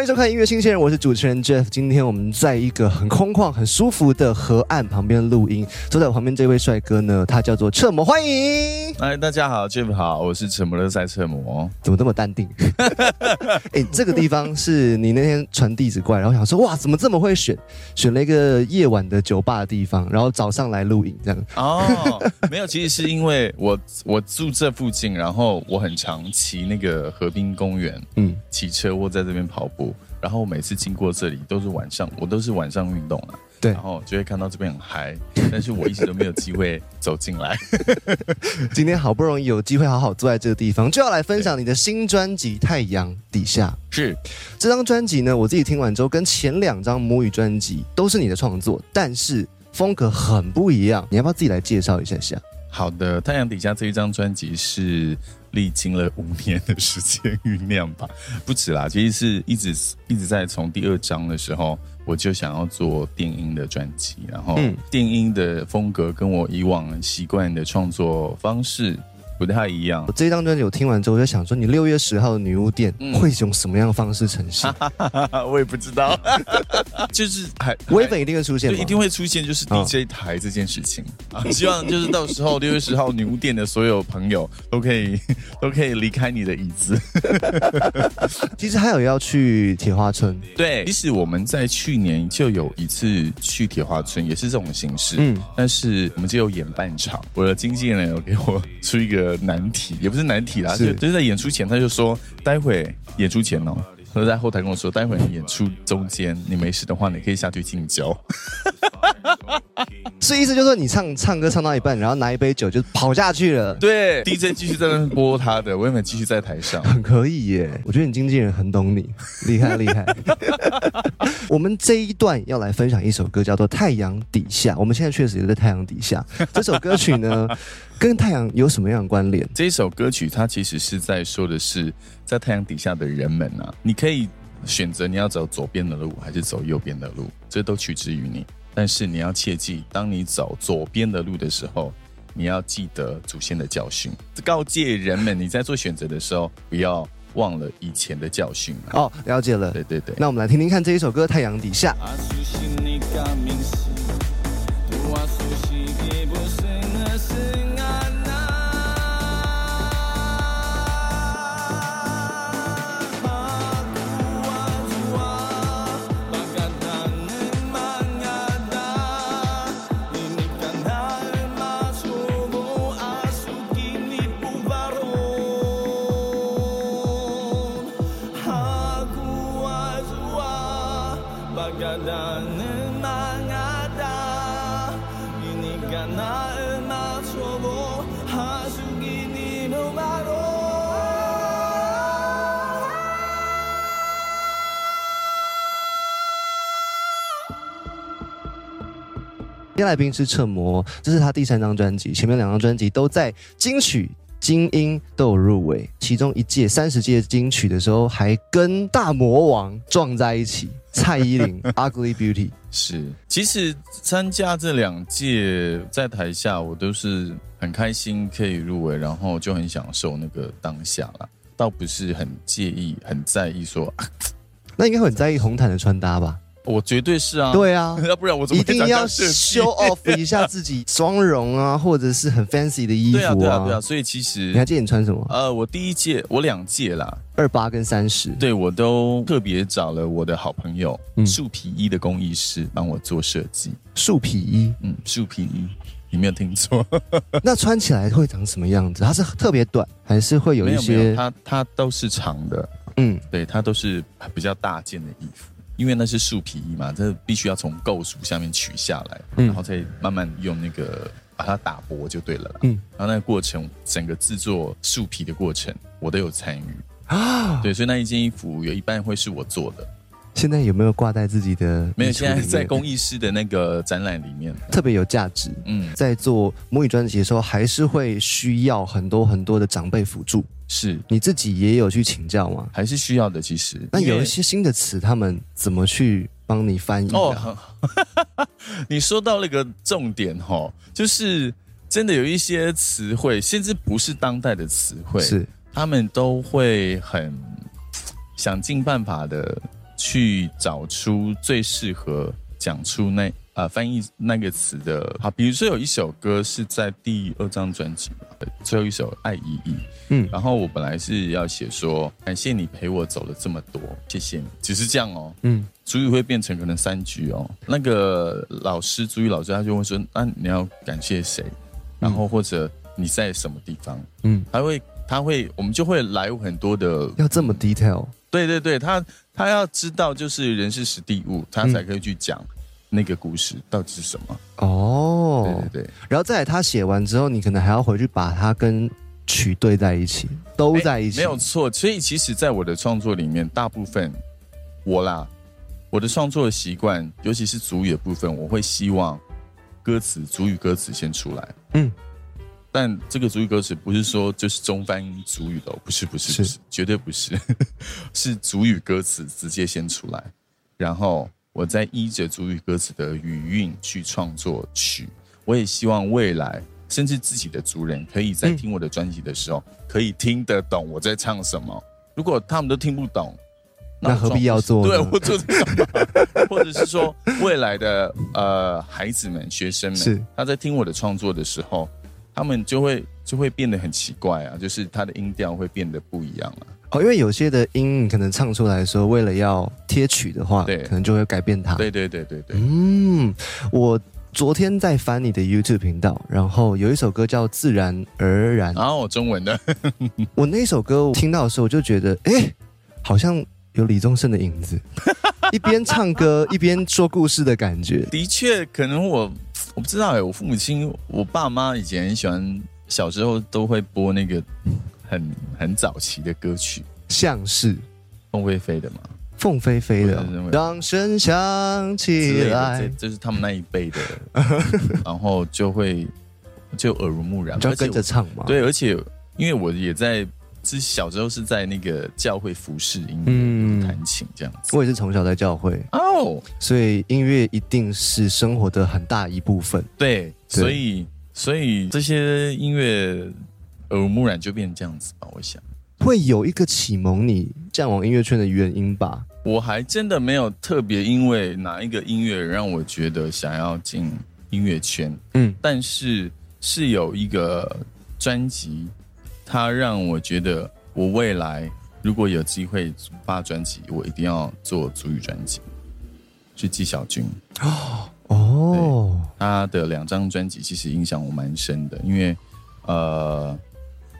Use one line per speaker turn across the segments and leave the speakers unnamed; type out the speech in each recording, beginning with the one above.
迎收看《音乐新鲜人》，我是主持人 Jeff。今天我们在一个很空旷、很舒服的河岸旁边录音。坐在我旁边这位帅哥呢，他叫做彻魔，欢迎。
嗨，哎大家好，Jeff 好，我是沉默的赛车魔。
怎么这么淡定？ 哎、这个地方是你那天传地址过来，然后想说哇，怎么这么会选？选了一个夜晚的酒吧的地方，然后早上来录影这样。
哦，没有，其实是因为我 我住这附近，然后我很常骑那个河滨公园
嗯，
骑车或在这边跑步，然后我每次经过这里都是晚上，我都是晚上运动啊。
对
然后就会看到这边很嗨，但是我一直都没有机会走进来。
今天好不容易有机会好好坐在这个地方，就要来分享你的新专辑《太阳底下》。
是，
这张专辑呢，我自己听完之后，跟前两张母语专辑都是你的创作，但是风格很不一样。你要不要自己来介绍一下下？
好的，《太阳底下》这一张专辑是历经了五年的时间酝酿吧，不止啦，其实是一直一直在从第二章的时候，我就想要做电音的专辑，然后
嗯
电音的风格跟我以往习惯的创作方式不太一样
我，这张专辑我听完之后，我就想说，你六月十号的女巫店
嗯
会用什么样的方式呈 现？
我也不知道， 就是还
微粉一定会出现
就
吗？
一定会出现，就是 DJ 台这件事情、 啊！希望就是到时候六月十号女巫店的所有朋友都可以都可以离开你的椅子。
其实还有要去铁花村，
对，其实我们在去年就有一次去铁花村，也是这种形式，
嗯
嗯，但是我们只有演半场。我的经纪人有给我出一个难题，也不是难题啦，
是
就就是在演出前他就说，待会演出前哦。他就在后台跟我说，待会你演出中间你没事的话，你可以下去敬酒。
所以意思就是说你唱唱歌唱到一半，然后拿一杯酒就跑下去了，
对，DJ 继续在那边播他的，我也没继续在台上。
很可以耶。我觉得你经纪人很懂你，厉害厉害。 我们这一段要来分享一首歌，叫做《太阳底下》。我们现在确实也在太阳底下。这首歌曲呢，跟太阳有什么样的关联？
这一首歌曲它其实是在说的是，在太阳底下的人们啊，你可以选择你要走左边的路还是走右边的路，这都取之于你。但是你要切记，当你走左边的路的时候，你要记得祖先的教训，告诫人们你在做选择的时候，不要忘了以前的教训啊。
哦，了解了。
对对对，
那我们来听听看这一首歌《太阳底下》。
Pagadanan mangada Ini kana ematsuobo Hasugi ni no maro
今天来宾是彻魔，这是他第三张专辑，前面两张专辑都在金曲。金音都有入围，其中一届三十届金曲的时候，还跟大魔王撞在一起，蔡依林《Ugly Beauty》。
是，其实参加这两届在台下，我都是很开心可以入围，然后就很享受那个当下啦，倒不是很介意、很在意说，啊
那应该会很在意红毯的穿搭吧？
我绝对是啊，，
对啊，
要不然 我怎么
一
会
定
长
要
这样设计
show off 一下自己妆容啊，或者是很 fancy 的衣服
对啊，对啊，对啊，
啊。
所以其
你还
实。
记得你穿什么？
呃，我第一届，我两届啦，
二八跟三十。
对我都特别找了我的好朋友
嗯
树皮衣的工艺师帮我做设计。
树皮 衣，
嗯，树皮衣，你没有听错，
那穿起来会长什么样子？它是特别短，还是会有
没
一
有 没有，
些？
它它都是长的，
嗯，
对，它都是比较大件的衣服，因为那是树皮衣嘛，这必须要从构树下面取下来，
嗯
然后再慢慢用那个把它打薄就对了啦。
嗯
嗯，然后那个过程，整个制作树皮的过程，我都有参与啊。对，所以那一件衣服有一半会是我做的，
现在有没有挂在自己的？
没有，现在在工艺师的那个展览里面。
特别有价值。
嗯，
在做母语专辑的时候，还是会需要很多很多的长辈辅助。
是
你自己也有去请教吗？
还是需要的，其实。
那
因为
有一些新的词，他们怎么去帮你翻译、啊？
哦，很好， 你说到那个重点哈，就是真的有一些词汇，甚至不是当代的词汇，
是
他们都会很想尽办法的去找出最适合讲出那啊、翻译那个词的好，比如说有一首歌是在第二张专辑吧最后一首《爱意义》，
嗯
然后我本来是要写说感谢你陪我走了这么多，谢谢你，只是这样哦，
嗯，
主语会变成可能三句哦。那个老师，主语老师他就会说，那、你要感谢谁？然后或者你在什么地方？
嗯，
他会他会，我们就会来很多的，
要这么 detail，
对对对，他他要知道就是人事实地物，他才可以去讲那个故事到底是什么。
哦，
对对对，
然后再来他写完之后，你可能还要回去把它跟曲对在一起，都在一起，
哎没有错。所以其实，在我的创作里面，大部分我啦，我的创作的习惯，尤其是主语的部分，我会希望歌词主语歌词先出来。
嗯，
但这个主语歌词不是说就是中翻英主语的哦，不是不是
是
不是，绝对不是， 是主语歌词直接先出来，然后我再依着主语歌词的语韵去创作曲。我也希望未来，甚至自己的族人，可以在
嗯
听我的专辑的时候，可以听得懂我在唱什么。如果他们都听不懂，
那
我
何
撞
必要做
对
呢？
我做这个干 嘛，或者是说未来的呃孩子们、学生们，
是
他在听我的创作的时候，他们就会就会变得很奇怪啊，就是他的音调会变得不一样啊。
哦，因为有些的音你可能唱出来的时候，为了要贴曲的话，
对
可能就会改变它。
对对对对对，
嗯，我昨天在翻你的 YouTube 频道，然后有一首歌叫《自然而然》，
然后中文的
我那首歌我听到的时候，我就觉得，哎、好像有李宗盛的影子，一边唱歌一边说故事的感觉。
的确可能我我不知道哎、我父母亲我爸妈以前很喜欢，小时候都会播那个很很早期的歌曲，
像是
凤飞飞的嘛
凤飞飞的
我认
《
为
当声响
之
起
类
来
的，》，这就是他们那一 辈的，然后就会就耳濡目染，
就要
而且
跟着啊唱嘛。，
对，而且因为我也在，之小时候是在那个教会服饰音乐
嗯，
弹琴这样子。
我也是从小在教会，
哦，
所以音乐一定是生活的很大一部分。
对，所以所以这些音乐耳濡目染就变成这样子吧，我想。
会有一个启蒙你向往音乐圈的原因吧？
我还真的没有特别因为哪一个音乐让我觉得想要进音乐圈，
嗯，
但是是有一个专辑，它让我觉得我未来如果有机会发专辑，我一定要做主语专辑。是纪晓君，
哦，
他的两张专辑其实影响我蛮深的，因为呃，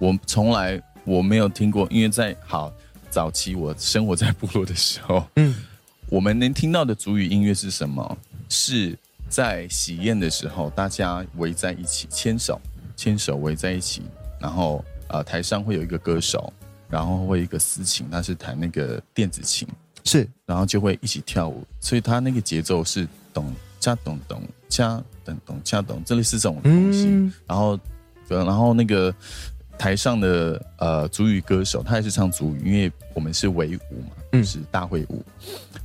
我从来我没有听过，因为在好早期我生活在部落的时候，
嗯，
我们能听到的族语音乐是什么？是在喜宴的时候，大家围在一起牵手，牵手围在一起，然后呃台上会有一个歌手，然后会有一个司琴，他是弹那个电子琴，
是
然后就会一起跳舞，所以他那个节奏是咚恰咚咚恰咚咚恰咚，这类似这种东西。
嗯，
然后，呃然后那个台上的呃主语歌手，他也是唱主语，因为我们是维舞嘛，
嗯
是大会舞，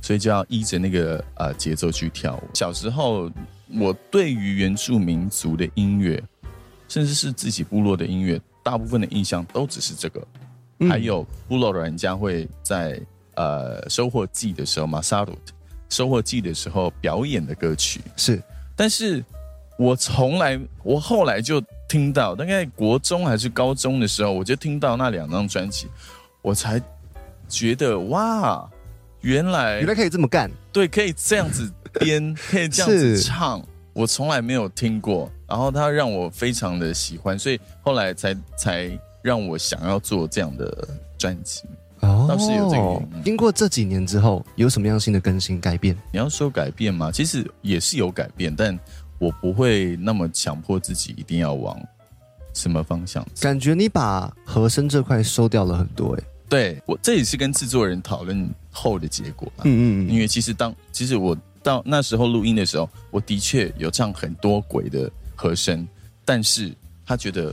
所以就要依着那个呃节奏去跳舞。小时候，我对于原住民族的音乐，甚至是自己部落的音乐，大部分的印象都只是这个。
嗯
还有部落的人家会在呃收获季的时候嘛，沙鲁收获季的时候表演的歌曲，
是
但是我从来，我后来就听到，大概国中还是高中的时候，我就听到那两张专辑，我才觉得哇，原来
原来可以这么干，
对，可以这样子编，可以这样子唱，我从来没有听过。然后它让我非常的喜欢，所以后来才才让我想要做这样的专辑。
哦
倒是有这个原因
经过这几年之后，有什么样新的更新改变？
你要说改变吗？其实也是有改变，但我不会那么强迫自己一定要往什么方向走。
感觉你把和声这块收掉了很多、欸，哎，
对我这也是跟制作人讨论后的结果啦。啊
嗯
因为其实当其实我到那时候录音的时候，我的确有唱很多鬼的和声，但是他觉得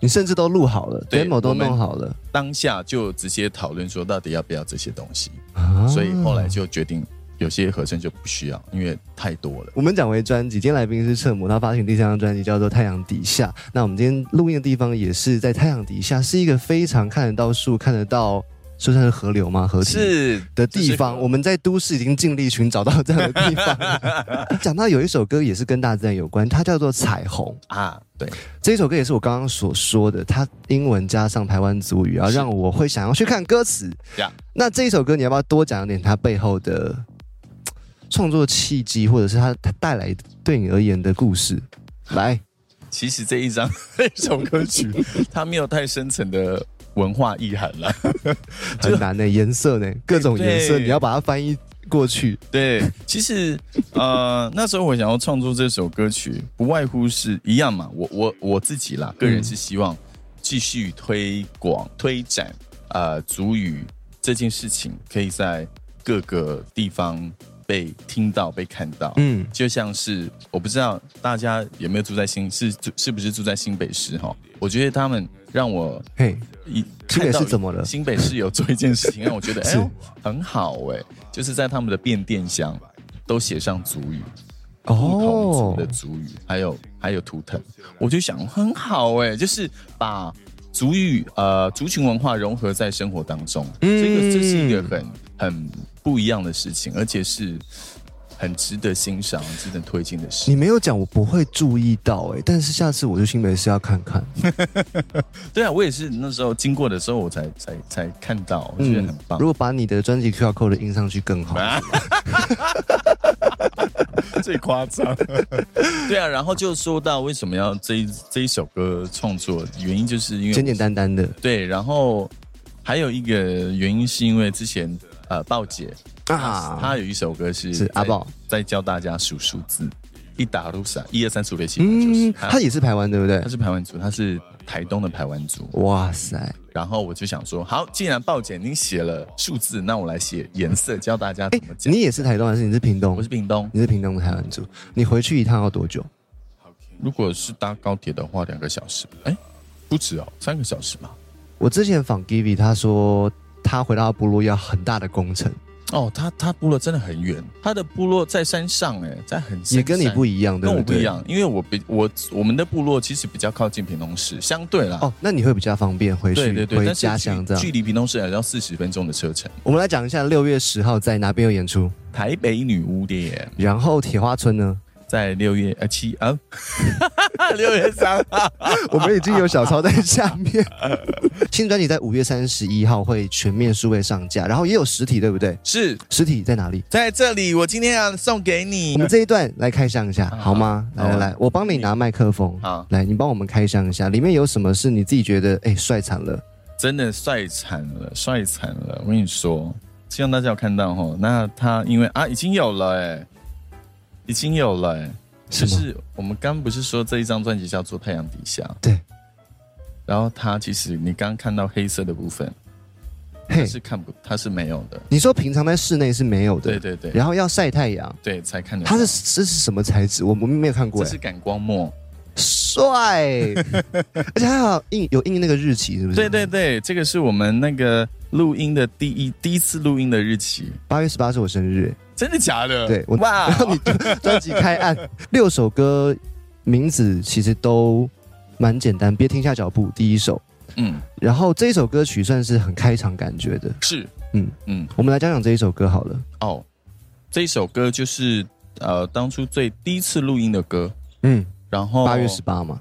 你甚至都录好了
对
，demo 都
我们
弄好了，
当下就直接讨论说到底要不要这些东西，
啊
嗯所以后来就决定有些和声就不需要，因为太多了。
我们讲回专辑，今天来宾是彻母，他发行第三张专辑叫做《太阳底下》。那我们今天录音的地方也是在太阳底下，是一个非常看得到树、看得到说算是河流吗？河体
是
的地方，
就是
我们在都市已经尽力寻找到这样的地方 了。讲到有一首歌也是跟大自然有关，它叫做《彩虹》。
啊，对，
这首歌也是我刚刚所说的，它英文加上台湾族语，然后
是
让我会想要去看歌词。
呀
那这一首歌，你要不要多讲一点它背后的嘖创作契机，或者是它它带来对你而言的故事？ 来，
其实这一张 这首 歌曲，它没有太深层的文化意涵啦。
很难呢、颜色呢、各种颜色，
对
你要把它翻译过去。
对，其实呃，那时候我想要创作这首歌曲，不外乎是一样嘛，我我我自己啦，个人是希望继续推广推展呃足语这件事情，可以在各个地方被听到、被看到。
嗯，
就像是我不知道大家有没有住在新是住是不是住在新北市哈？我觉得他们让我
嘿，
一
新北市
看到
怎么了
新北市有做一件事情，让 我觉得哎
是
呦很好哎、就是在他们的变电箱都写上族语，
哦
不同族的族语，还有还有图腾，我就想很好哎、就是把族语呃族群文化融合在生活当中，
嗯
这个这是一个很很不一样的事情，而且是很值得欣赏、值得推进的事
你。没有讲，我不会注意到哎、但是下次我去新北市要看看。
对啊，我也是那时候经过的时候，我才才才看到，我觉得很棒
如。果把你的专辑 QR code 印上去更好。
啊， 最夸张。对啊，然后就说到为什么要这一这一首歌创作，原因就是因为
简简单单的
对，然后还有一个原因是因为之前呃豹姐
啊，
她有一首歌是
是
在
阿豹
在教大家数数字，一打入三一二三数六七八九十
嗯，，
她
他也是台湾对不对
她？是排湾族，她是台东的排湾族，
哇塞，
然后我就想说，好，既然豹姐您写了数字，那我来写颜色，教大家怎么讲。
哎你也是台东还是你是屏
我
东
是？屏东，
你是屏东的台湾族，你回去一趟要多久？
如果是搭高铁的话，两个小时，哎，不止哦，三个小时吧。
我之前访 Givi，他说他回到部落要很大的工程，
哦，他他部落真的很远，他的部落在山上，哎，在很深
也跟你
山
不一样，对
跟
不
我
对？
不一样，因为我比我我们的部落其实比较靠近屏东市，相对啦。
哦，那你会比较方便回
对
去
对对，
回
但是
家乡这
距距
样。
离屏东市还要四十分钟的车程。
我们来讲一下六月十号在哪边有演出，
台北女巫店
然后铁花村 呢，
在六月呃七啊， 六月三 号。
我们已经有小抄在下面。 新专辑在五月三十一号会全面数位上架，然后也有实体，对不对？
是
实体在哪里？
在这里，我今天要送给你
我。们这一段来开箱一下，
好
好吗？
好啊
来来来，我帮你拿麦克风。
好
来，你帮我们开箱一下，里面有什么是你自己觉得哎帅惨了？
真的帅惨了，帅惨了！我跟你说，希望大家有看到哈。那他因为啊，已经有了哎、已经有了哎、
什
就
么
是我们刚不是说这一张专辑叫做《太阳底下》？
对。
然后它其实你刚看到黑色的部分，它
嘿，
是看不，它是没有的。
你说平常在室内是没有
对
的，
对对
然后要晒太阳，
对，才看得到。
它是这是什么材质？我我没有看过
这
哎
是，感光墨。
帅， 而且还好印有印那个日期，是不是？
对对对，这个是我们那个录音的第一第一次录音的日期。
八月十八是我生日，
真的假的？
对我
嗯哇！
然后 你专辑开案，六首歌名字其实都蛮简单，别停下脚步，第一首。
嗯，
然后这一首歌曲算是很开场感觉的，
是，
嗯
嗯。
我们来讲讲这一首歌好了。
哦，这一首歌就是呃当初最第一次录音的歌，
嗯，
然后
八月十，八嘛，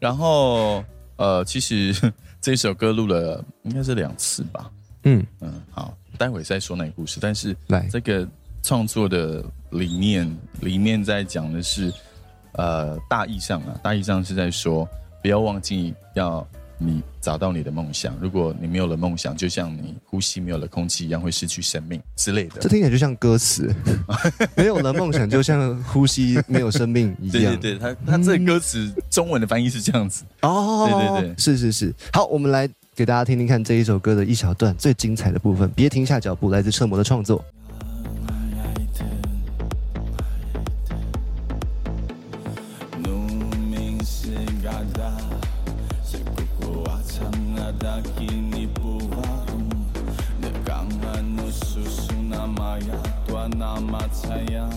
然后呃其实 这首歌录了应该是两次吧，
嗯，
嗯，好，待会再说那个故事，但是
来，
这个创作的理念里面在讲的是呃大意上啊，大意上是在说不要忘记要。你找到你的梦想，如果你没有了梦想，就像你呼吸没有了空气一样，会失去生命之类的
这。听起来就像歌 词，没有了梦想就像呼吸没有生命一
对对
样。
对，他他这个歌词中文的翻译是这样子，
哦，
对对对
是是是。好，我们来给大家听听看这一首歌的一小段最精彩的部分，别停下脚步，来自车模的创作。
Numing segada Sekukuat sangada kini buwarong Dekang anu susu nama ya Tuhan nama sayang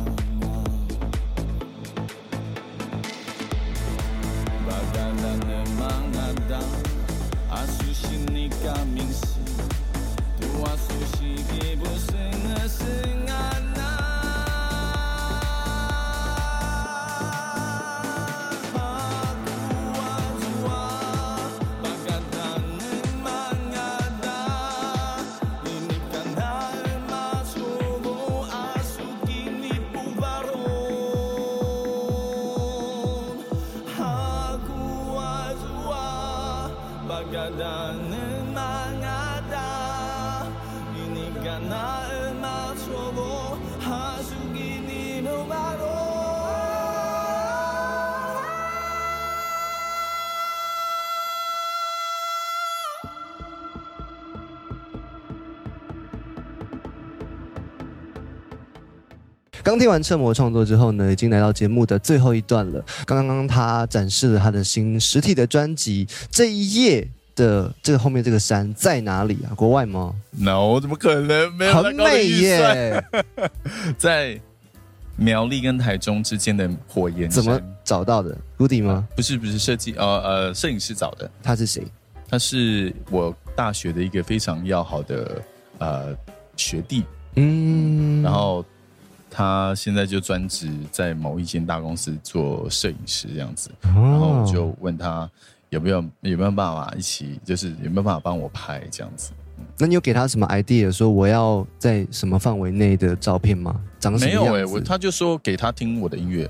Bagalan emang ada Asu sini kaming si
刚听完《彻魔》创作之后呢，已经来到节目的最后一段了。刚刚他展示了他的新实体的专辑，这一页的这个后面这个山在哪里啊？国外吗？
No，怎么可能？没有那
很
高的
美
预算。
耶，
在苗栗跟台中之间的火焰山
怎么找到的？谷底吗？
不是不是设计呃呃摄影师找的，
他是谁？
他是我大学的一个非常要好的呃学弟，
嗯，
然后他现在就专职在某一间大公司做摄影师这样子，然后
哦
我就问他有没有有没有办法一起，就是有没有办法帮我拍这样子。
那你有给他什么 idea 说我要在什么范围内的照片吗？长什么
没有
样
哎、
子？
我他就说给他听我的音乐，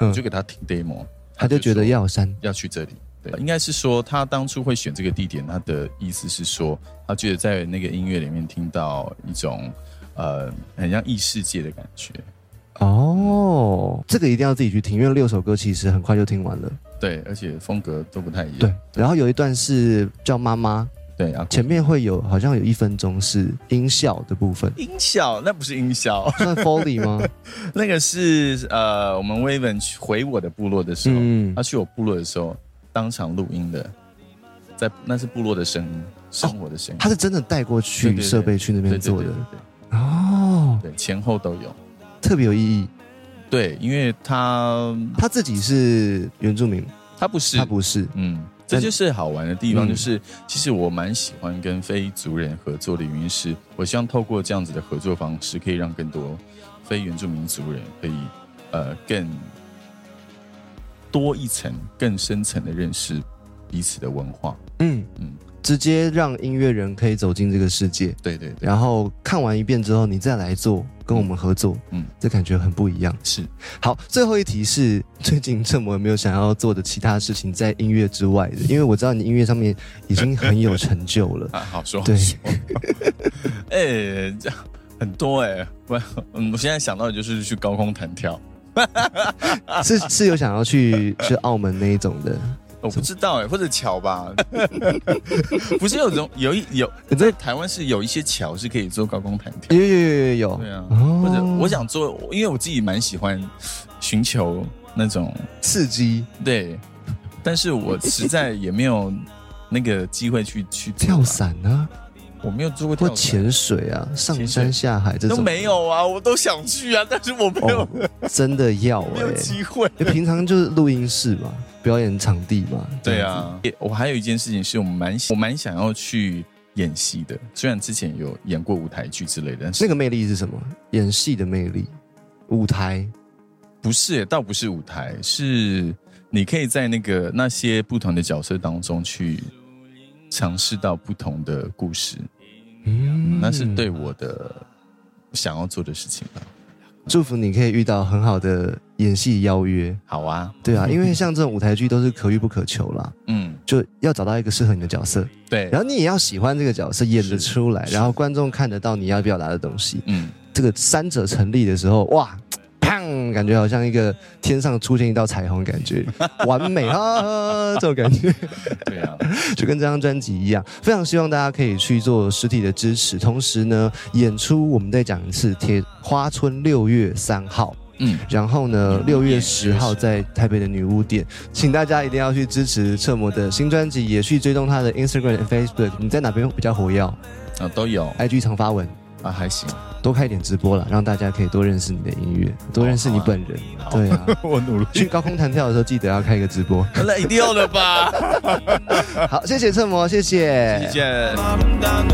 嗯
我就给他听 demo，
他就觉得
说
要有山，
要去这里。对，应该是说他当初会选这个地点，他的意思是说，他觉得在那个音乐里面听到一种呃，很像异世界的感觉。
哦，这个一定要自己去听，因为六首歌其实很快就听完了。
对，而且风格都不太一样。
对，然后有一段是叫妈妈，
对啊，，
前面会有好像有一分钟是音效的部分
音效那不是音效，
算 Foley 吗？
那个是呃，我们 Waven 去回我的部落的时候，
嗯
他去我部落的时候，当场录音的，在那是部落的声音，生活的声音。
他是真的带过
对
去
对对
设备去那
对
边
对对
做
对
的
对
哦，
对，前后都有。
特别有意义。
对，因为他
他自己是原住民，
他不是
他不是，
嗯，这就是好玩的地方，
嗯
就是其实我蛮喜欢跟非族人合作的原因是，我希望透过这样子的合作方式，可以让更多非原住民族人可以呃更多一层、更深层的认识彼此的文化。
嗯
嗯
嗯，直接让音乐人可以走进这个世界，
对对对，
然后看完一遍之后，你再来做跟我们合作，
嗯
嗯，这感觉很不一样。
是
好，最后一题是 最近郑某有没有想要做的其他事情在音乐之外的？因为我知道你音乐上面已经很有成就了
，啊，好说好
对
说。哎、这样很多哎、我嗯，我现在想到的就是去高空弹跳。
是是有想要 去去澳门那一种的。
我不知道哎、或者桥 吧，不是有种有一有
你
在
这
台湾是有一些桥是可以做高空弹跳，
有有有有有，
对啊，
哦
或者我想做，因为我自己蛮喜欢寻求那种
刺激
对，但是我实在也没有那个机会去去做吧
跳，伞啊，
我没有做过
或
跳伞，
潜水啊，上
潜水
山下海这
都
种
没有啊，我都想去啊，但是我没有、
哦，真的要 哎、
没有机会。
因为平常就是录音室嘛，表演场地嘛。
对
这样子，
啊，也我还有一件事情是我蛮我蛮想要去演戏的，虽然之前有演过舞台剧之类的，但是
那个魅力是什么？演戏的魅力，舞台
不是，倒不是舞台，是你可以在那个那些不同的角色当中去尝试到不同的故事，
嗯
那是对我的想要做的事情吧。
祝福你可以遇到很好的演戏邀约。
好啊，
对啊，因为像这种舞台剧都是可遇不可求啦，
嗯，
就要找到一个适合你的角色，
对
然，后你也要喜欢这个角色，演得出来，
是
然后观众看得到你要表达的东西。
嗯，
这个三者成立的时候，哇！砰！感觉好像一个天上出现一道彩虹，感觉完美啊，这种感觉。
对啊，
就跟这张专辑一样，非常希望大家可以去做实体的支持。同时呢，演出我们再讲一次，铁花村六月三号，
嗯，
然后
女
呢
巫，店
六月十号在台北的女巫店，请大家一定要去支持彻魔的新专辑，也去追踪他的 Instagram、Facebook。你在哪边比较活跃
啊都有
？IG 常发文，
啊，还行，
多开一点直播啦，让大家可以多认识你的音乐，多认识你本人。
好
对啊，
我努 力，
去高空弹跳的时候记得要开一个直播。
那一定要的吧？
好，谢谢彻魔，谢谢
再见。
哎
Mom, Dad,